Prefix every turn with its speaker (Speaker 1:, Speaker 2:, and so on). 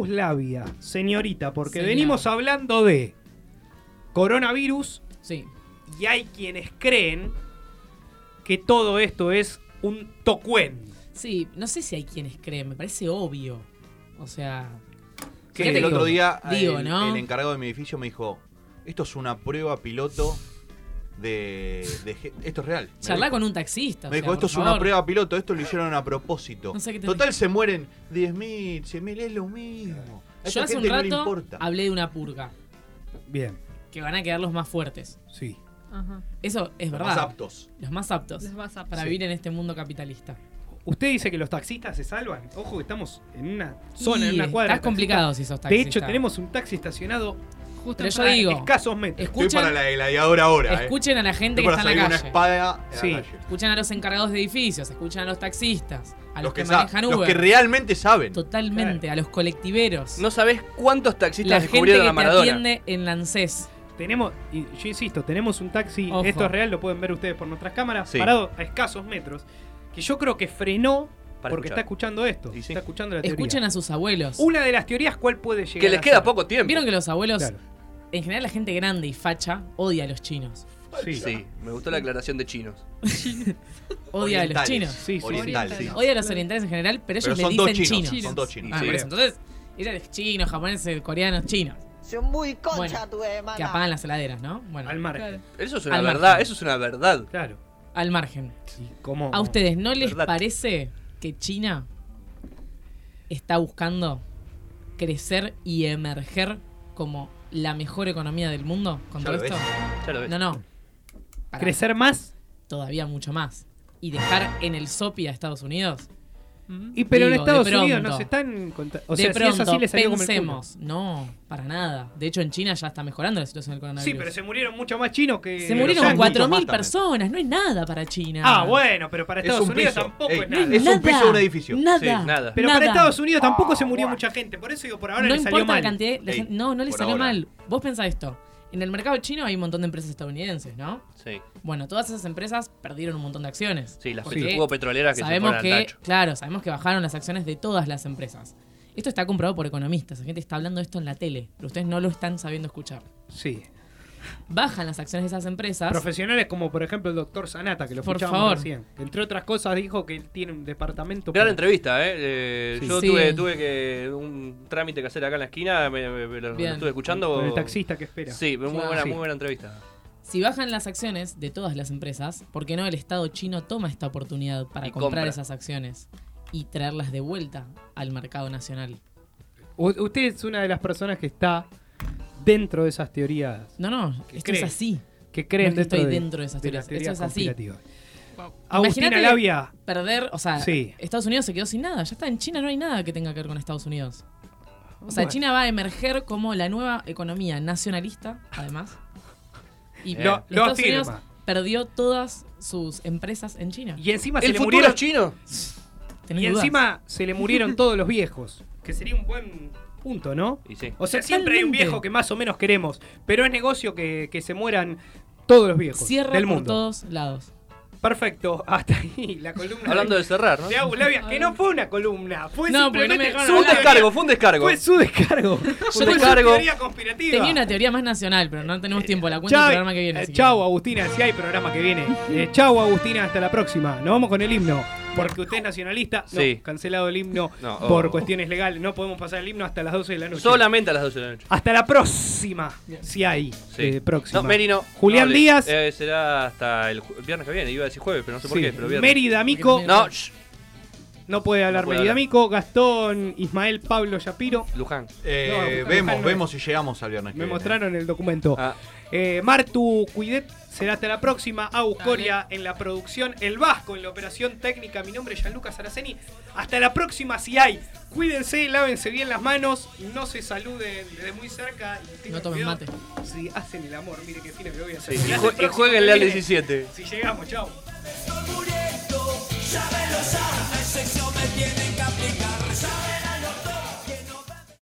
Speaker 1: Yugoslavia, señorita, porque
Speaker 2: Señor.
Speaker 1: venimos hablando de coronavirus
Speaker 2: Sí.
Speaker 1: y hay quienes creen que todo esto es un tocuén.
Speaker 2: Sí, no sé si hay quienes creen, me parece obvio. O sea.
Speaker 1: Que
Speaker 2: fíjate
Speaker 1: te
Speaker 3: el
Speaker 2: que-
Speaker 3: otro día
Speaker 2: digo,
Speaker 3: el,
Speaker 2: ¿no?
Speaker 3: el encargado de mi edificio me dijo, esto es una prueba piloto de... de ge- esto es real. Me
Speaker 2: Charlá
Speaker 3: dijo.
Speaker 2: con un taxista. o
Speaker 3: Me
Speaker 2: sea,
Speaker 3: dijo,
Speaker 2: por
Speaker 3: esto es
Speaker 2: favor".
Speaker 3: una prueba piloto, esto lo hicieron a propósito.
Speaker 2: No sé qué te
Speaker 3: Total, se mueren 10.000, 100.000, es lo mismo.
Speaker 2: Yo
Speaker 3: A esa
Speaker 2: hace un
Speaker 3: gente no le
Speaker 2: rato
Speaker 3: importa.
Speaker 2: hablé de una purga.
Speaker 1: Bien,
Speaker 2: Que van a quedar los más fuertes.
Speaker 1: sí.
Speaker 4: Ajá.
Speaker 2: Eso es
Speaker 3: Los
Speaker 2: verdad.
Speaker 3: más aptos.
Speaker 2: Los más aptos
Speaker 4: Los vas a
Speaker 2: para
Speaker 1: Sí.
Speaker 2: vivir en este mundo capitalista.
Speaker 1: Usted dice que los taxistas se salvan. Ojo, que estamos en una zona, en
Speaker 2: Y
Speaker 1: una cuadra.
Speaker 2: Estás complicado si sos
Speaker 1: taxista. De
Speaker 2: taxista.
Speaker 1: hecho, tenemos un taxi estacionado
Speaker 4: Justo
Speaker 2: Pero yo
Speaker 4: enfrente.
Speaker 2: digo,
Speaker 1: a escasos metros.
Speaker 3: Estoy para
Speaker 2: Escuchen,
Speaker 3: la de gladiador ahora, eh.
Speaker 2: escuchen a la gente que
Speaker 3: Estoy para
Speaker 2: está en
Speaker 3: salir
Speaker 2: la
Speaker 3: una
Speaker 2: calle.
Speaker 3: espada a la
Speaker 1: Sí.
Speaker 3: calle.
Speaker 2: Escuchan a los encargados de edificios, escuchan a los taxistas, a los, que,
Speaker 3: sa-
Speaker 2: manejan Uber.
Speaker 3: los que realmente saben.
Speaker 2: Totalmente, a los colectiveros.
Speaker 5: No sabés cuántos
Speaker 2: la
Speaker 5: taxistas
Speaker 2: gente
Speaker 5: descubrieron
Speaker 2: que
Speaker 5: a
Speaker 2: te
Speaker 5: Maradona.
Speaker 2: atiende en Lancés.
Speaker 1: Tenemos, y yo insisto, tenemos un taxi,
Speaker 2: Ojo.
Speaker 1: esto es real, lo pueden ver ustedes por nuestras cámaras,
Speaker 3: Sí.
Speaker 1: parado a escasos metros, que yo creo que frenó
Speaker 5: Para
Speaker 1: porque
Speaker 5: escuchar.
Speaker 1: está escuchando esto,
Speaker 3: Y sí.
Speaker 1: está escuchando la teoría.
Speaker 2: Escuchen a sus abuelos.
Speaker 1: Una de las teorías, ¿cuál puede llegar
Speaker 5: Que les
Speaker 1: a
Speaker 5: queda
Speaker 1: ser?
Speaker 5: poco tiempo.
Speaker 2: Vieron que los abuelos,
Speaker 1: Claro,
Speaker 2: en general la gente grande y facha, odia a los chinos.
Speaker 1: sí.
Speaker 5: Sí, me gustó la aclaración de chinos.
Speaker 2: Odia a los
Speaker 3: Orientales.
Speaker 2: chinos.
Speaker 1: Sí, sí,
Speaker 3: Orientales,
Speaker 4: sí.
Speaker 3: sí.
Speaker 2: Odia a los orientales en general, pero ellos
Speaker 3: Pero
Speaker 2: le
Speaker 3: son dos
Speaker 2: dicen
Speaker 3: chinos,
Speaker 2: chinos.
Speaker 3: Son dos chinos.
Speaker 2: Ah,
Speaker 5: Sí.
Speaker 2: por eso. Entonces, ella es chino, japonés, coreano, chino.
Speaker 6: Soy muy concha
Speaker 2: Bueno,
Speaker 6: tu hermana.
Speaker 2: Que apagan las heladeras, ¿no? Bueno,
Speaker 1: al
Speaker 2: al,
Speaker 1: margen.
Speaker 4: Claro.
Speaker 5: Eso es una
Speaker 2: Al
Speaker 5: verdad,
Speaker 2: margen.
Speaker 5: eso es una verdad.
Speaker 1: Claro.
Speaker 2: margen.
Speaker 1: Y cómo-
Speaker 2: ¿A ustedes no les
Speaker 5: Verdad.
Speaker 2: parece que China está buscando crecer y emerger como la mejor economía del mundo con
Speaker 3: Ya
Speaker 2: todo
Speaker 3: lo
Speaker 2: esto?
Speaker 5: Ya lo ves.
Speaker 2: No, no. Pará.
Speaker 1: Crecer más.
Speaker 2: todavía mucho más. Y dejar en el SOPI a Estados Unidos.
Speaker 1: Y pero en
Speaker 2: Digo, de
Speaker 1: Estados
Speaker 2: pronto.
Speaker 1: Unidos nos están... contra- O
Speaker 2: de
Speaker 1: sea,
Speaker 2: pronto,
Speaker 1: si es así, les salió como el culo.
Speaker 2: pensemos. No, para nada. De hecho, en China ya está mejorando la situación del
Speaker 1: Sí,
Speaker 2: coronavirus.
Speaker 1: pero se murieron mucho más chinos que...
Speaker 2: Se murieron
Speaker 3: murieron Pero ya hay muchos más
Speaker 2: 4.000
Speaker 3: también.
Speaker 2: personas. No es nada para China.
Speaker 1: Ah, bueno, pero para
Speaker 3: Es
Speaker 1: Estados
Speaker 3: un
Speaker 1: Unidos
Speaker 3: piso.
Speaker 1: tampoco
Speaker 3: Ey,
Speaker 1: es
Speaker 2: No
Speaker 1: nada.
Speaker 2: es,
Speaker 3: Es un
Speaker 2: nada,
Speaker 3: piso de un edificio.
Speaker 2: Nada.
Speaker 5: Sí, nada.
Speaker 1: Pero para
Speaker 2: nada.
Speaker 1: Estados Unidos tampoco se murió mucha gente, por eso digo, por ahora
Speaker 2: no
Speaker 1: les salió
Speaker 2: importa
Speaker 1: mal.
Speaker 2: la cantidad. la
Speaker 3: Ey,
Speaker 2: gente- no, no les
Speaker 3: por
Speaker 2: salió
Speaker 3: ahora.
Speaker 2: mal. Vos pensá esto. En el mercado chino hay un montón de empresas estadounidenses, ¿no?
Speaker 5: Sí,
Speaker 2: Bueno, todas esas empresas perdieron un montón de acciones.
Speaker 5: sí, las
Speaker 2: Porque
Speaker 5: petro- petroleras que
Speaker 2: sabemos
Speaker 5: se fueron al
Speaker 2: que,
Speaker 5: tacho.
Speaker 2: claro, sabemos que bajaron las acciones de todas las empresas. Esto está comprobado por economistas. La gente está hablando de esto en la tele, pero ustedes no lo están sabiendo escuchar.
Speaker 1: Sí.
Speaker 2: Bajan las acciones de esas empresas.
Speaker 1: Profesionales como por ejemplo el doctor Sanata, que lo
Speaker 2: Por
Speaker 1: escuchábamos
Speaker 2: favor.
Speaker 1: recién. Entre otras cosas dijo que él tiene un departamento
Speaker 5: Gran
Speaker 1: para-
Speaker 5: entrevista, ¿eh? Eh,
Speaker 1: Sí.
Speaker 5: Yo
Speaker 2: Sí.
Speaker 5: Tuve, tuve que un trámite que hacer acá en la esquina, me, me- me lo, lo
Speaker 2: Bien.
Speaker 5: estuve escuchando.
Speaker 1: con el taxista que espera.
Speaker 5: Sí, muy
Speaker 2: Claro.
Speaker 5: buena,
Speaker 1: Sí.
Speaker 5: muy buena entrevista.
Speaker 2: Si bajan las acciones de todas las empresas, ¿por qué no el Estado chino toma esta oportunidad para
Speaker 5: Y
Speaker 2: comprar
Speaker 5: compra.
Speaker 2: esas acciones y traerlas de vuelta al mercado nacional?
Speaker 1: U- Usted es una de las personas que está dentro de esas teorías,
Speaker 2: No, no,
Speaker 1: ¿Qué
Speaker 2: esto
Speaker 1: cree?
Speaker 2: es así.
Speaker 1: que creen
Speaker 2: No es que
Speaker 1: dentro,
Speaker 2: estoy
Speaker 1: de,
Speaker 2: dentro de esas
Speaker 1: las
Speaker 2: teorías, eso es así.
Speaker 1: conspirativas.
Speaker 4: Wow.
Speaker 1: Agustina
Speaker 2: Imagínate-
Speaker 1: Labia,
Speaker 2: Perder, o sea,
Speaker 1: Sí.
Speaker 2: Estados Unidos se quedó sin nada. Ya está, en China no hay nada que tenga que ver con Estados Unidos. O sea,
Speaker 1: Bueno.
Speaker 2: China va a emerger como la nueva economía nacionalista, además. Y
Speaker 5: Lo-
Speaker 1: Eh,
Speaker 2: los
Speaker 1: lo
Speaker 2: Estados
Speaker 1: afirma.
Speaker 2: Unidos perdió todas sus empresas en China.
Speaker 1: y encima Ah, se
Speaker 5: ¿El
Speaker 1: le
Speaker 5: futuro
Speaker 1: murieron
Speaker 5: es chino?
Speaker 2: ¿Tenés
Speaker 1: y
Speaker 2: dudas?
Speaker 1: encima se le murieron todos los viejos, que sería un buen punto, ¿no?
Speaker 5: Y sí.
Speaker 1: O sea, siempre hay un
Speaker 2: Totalmente.
Speaker 1: viejo que más o menos queremos, pero es negocio que, que se mueran todos los viejos
Speaker 2: cierra
Speaker 1: del
Speaker 2: por
Speaker 1: mundo.
Speaker 2: todos lados.
Speaker 1: Perfecto, hasta ahí la columna.
Speaker 5: Hablando de cerrar, ¿no?
Speaker 1: de Agus Labia, que no fue una columna, fue
Speaker 2: No, porque no
Speaker 1: simplemente
Speaker 2: me dejaron
Speaker 5: Fue un
Speaker 2: Hola.
Speaker 5: descargo, fue un descargo.
Speaker 1: Fue su descargo. Fue su
Speaker 5: descargo.
Speaker 1: teoría conspirativa.
Speaker 2: Tenía una teoría más nacional, pero no tenemos tiempo. La cuento
Speaker 1: Chau,
Speaker 2: el programa que viene.
Speaker 1: eh,
Speaker 2: si
Speaker 1: chau,
Speaker 2: quieren.
Speaker 1: Agustina, si hay programa que viene. Eh, chau, Agustina, hasta la próxima. Nos vamos con el himno. Porque usted es nacionalista. No,
Speaker 5: Sí.
Speaker 1: cancelado el himno
Speaker 5: No, oh.
Speaker 1: por cuestiones legales. No podemos pasar el himno hasta las 12 de la noche.
Speaker 5: Solamente a las 12 de la noche.
Speaker 1: Hasta la próxima, si hay.
Speaker 5: Sí.
Speaker 1: eh, próxima.
Speaker 5: No, Meri no.
Speaker 1: Julián
Speaker 5: No hables.
Speaker 1: Díaz.
Speaker 5: Eh, será hasta el ju- viernes que viene. Iba a decir jueves, pero no sé por
Speaker 1: Sí.
Speaker 5: qué. Pero viernes.
Speaker 1: Mary D'Amico.
Speaker 5: No, shh,
Speaker 1: No puede hablar
Speaker 5: No puede
Speaker 1: Mary
Speaker 5: hablar.
Speaker 1: D'Amico. Gastón Ismael Pablo Shapiro.
Speaker 5: Luján.
Speaker 3: Eh,
Speaker 1: No,
Speaker 3: vemos,
Speaker 1: Luján no
Speaker 3: vemos si llegamos al viernes. que
Speaker 1: Me
Speaker 3: viene.
Speaker 1: mostraron el documento.
Speaker 5: Ah,
Speaker 1: Eh, Martu Cuidet será hasta la próxima. Agus Coria en la producción. El Vasco en la operación técnica. Mi nombre es Gianluca Saraceni. Hasta la próxima si hay. Cuídense, lávense bien las manos. No se saluden desde muy cerca. y tengan
Speaker 2: No tomen
Speaker 1: cuidado
Speaker 2: mate.
Speaker 1: Si hacen el amor, mire qué fino que voy a hacer.
Speaker 5: sí.
Speaker 1: Si
Speaker 5: Y,
Speaker 1: hacen
Speaker 5: jue-
Speaker 1: el
Speaker 5: y
Speaker 1: próximo
Speaker 5: jueguenle
Speaker 1: que
Speaker 5: al
Speaker 1: viene,
Speaker 5: 17.
Speaker 1: Si llegamos, chao.
Speaker 7: Estoy muriendo, ya me lo saben, sección me tienen que aplicar, ¿saben?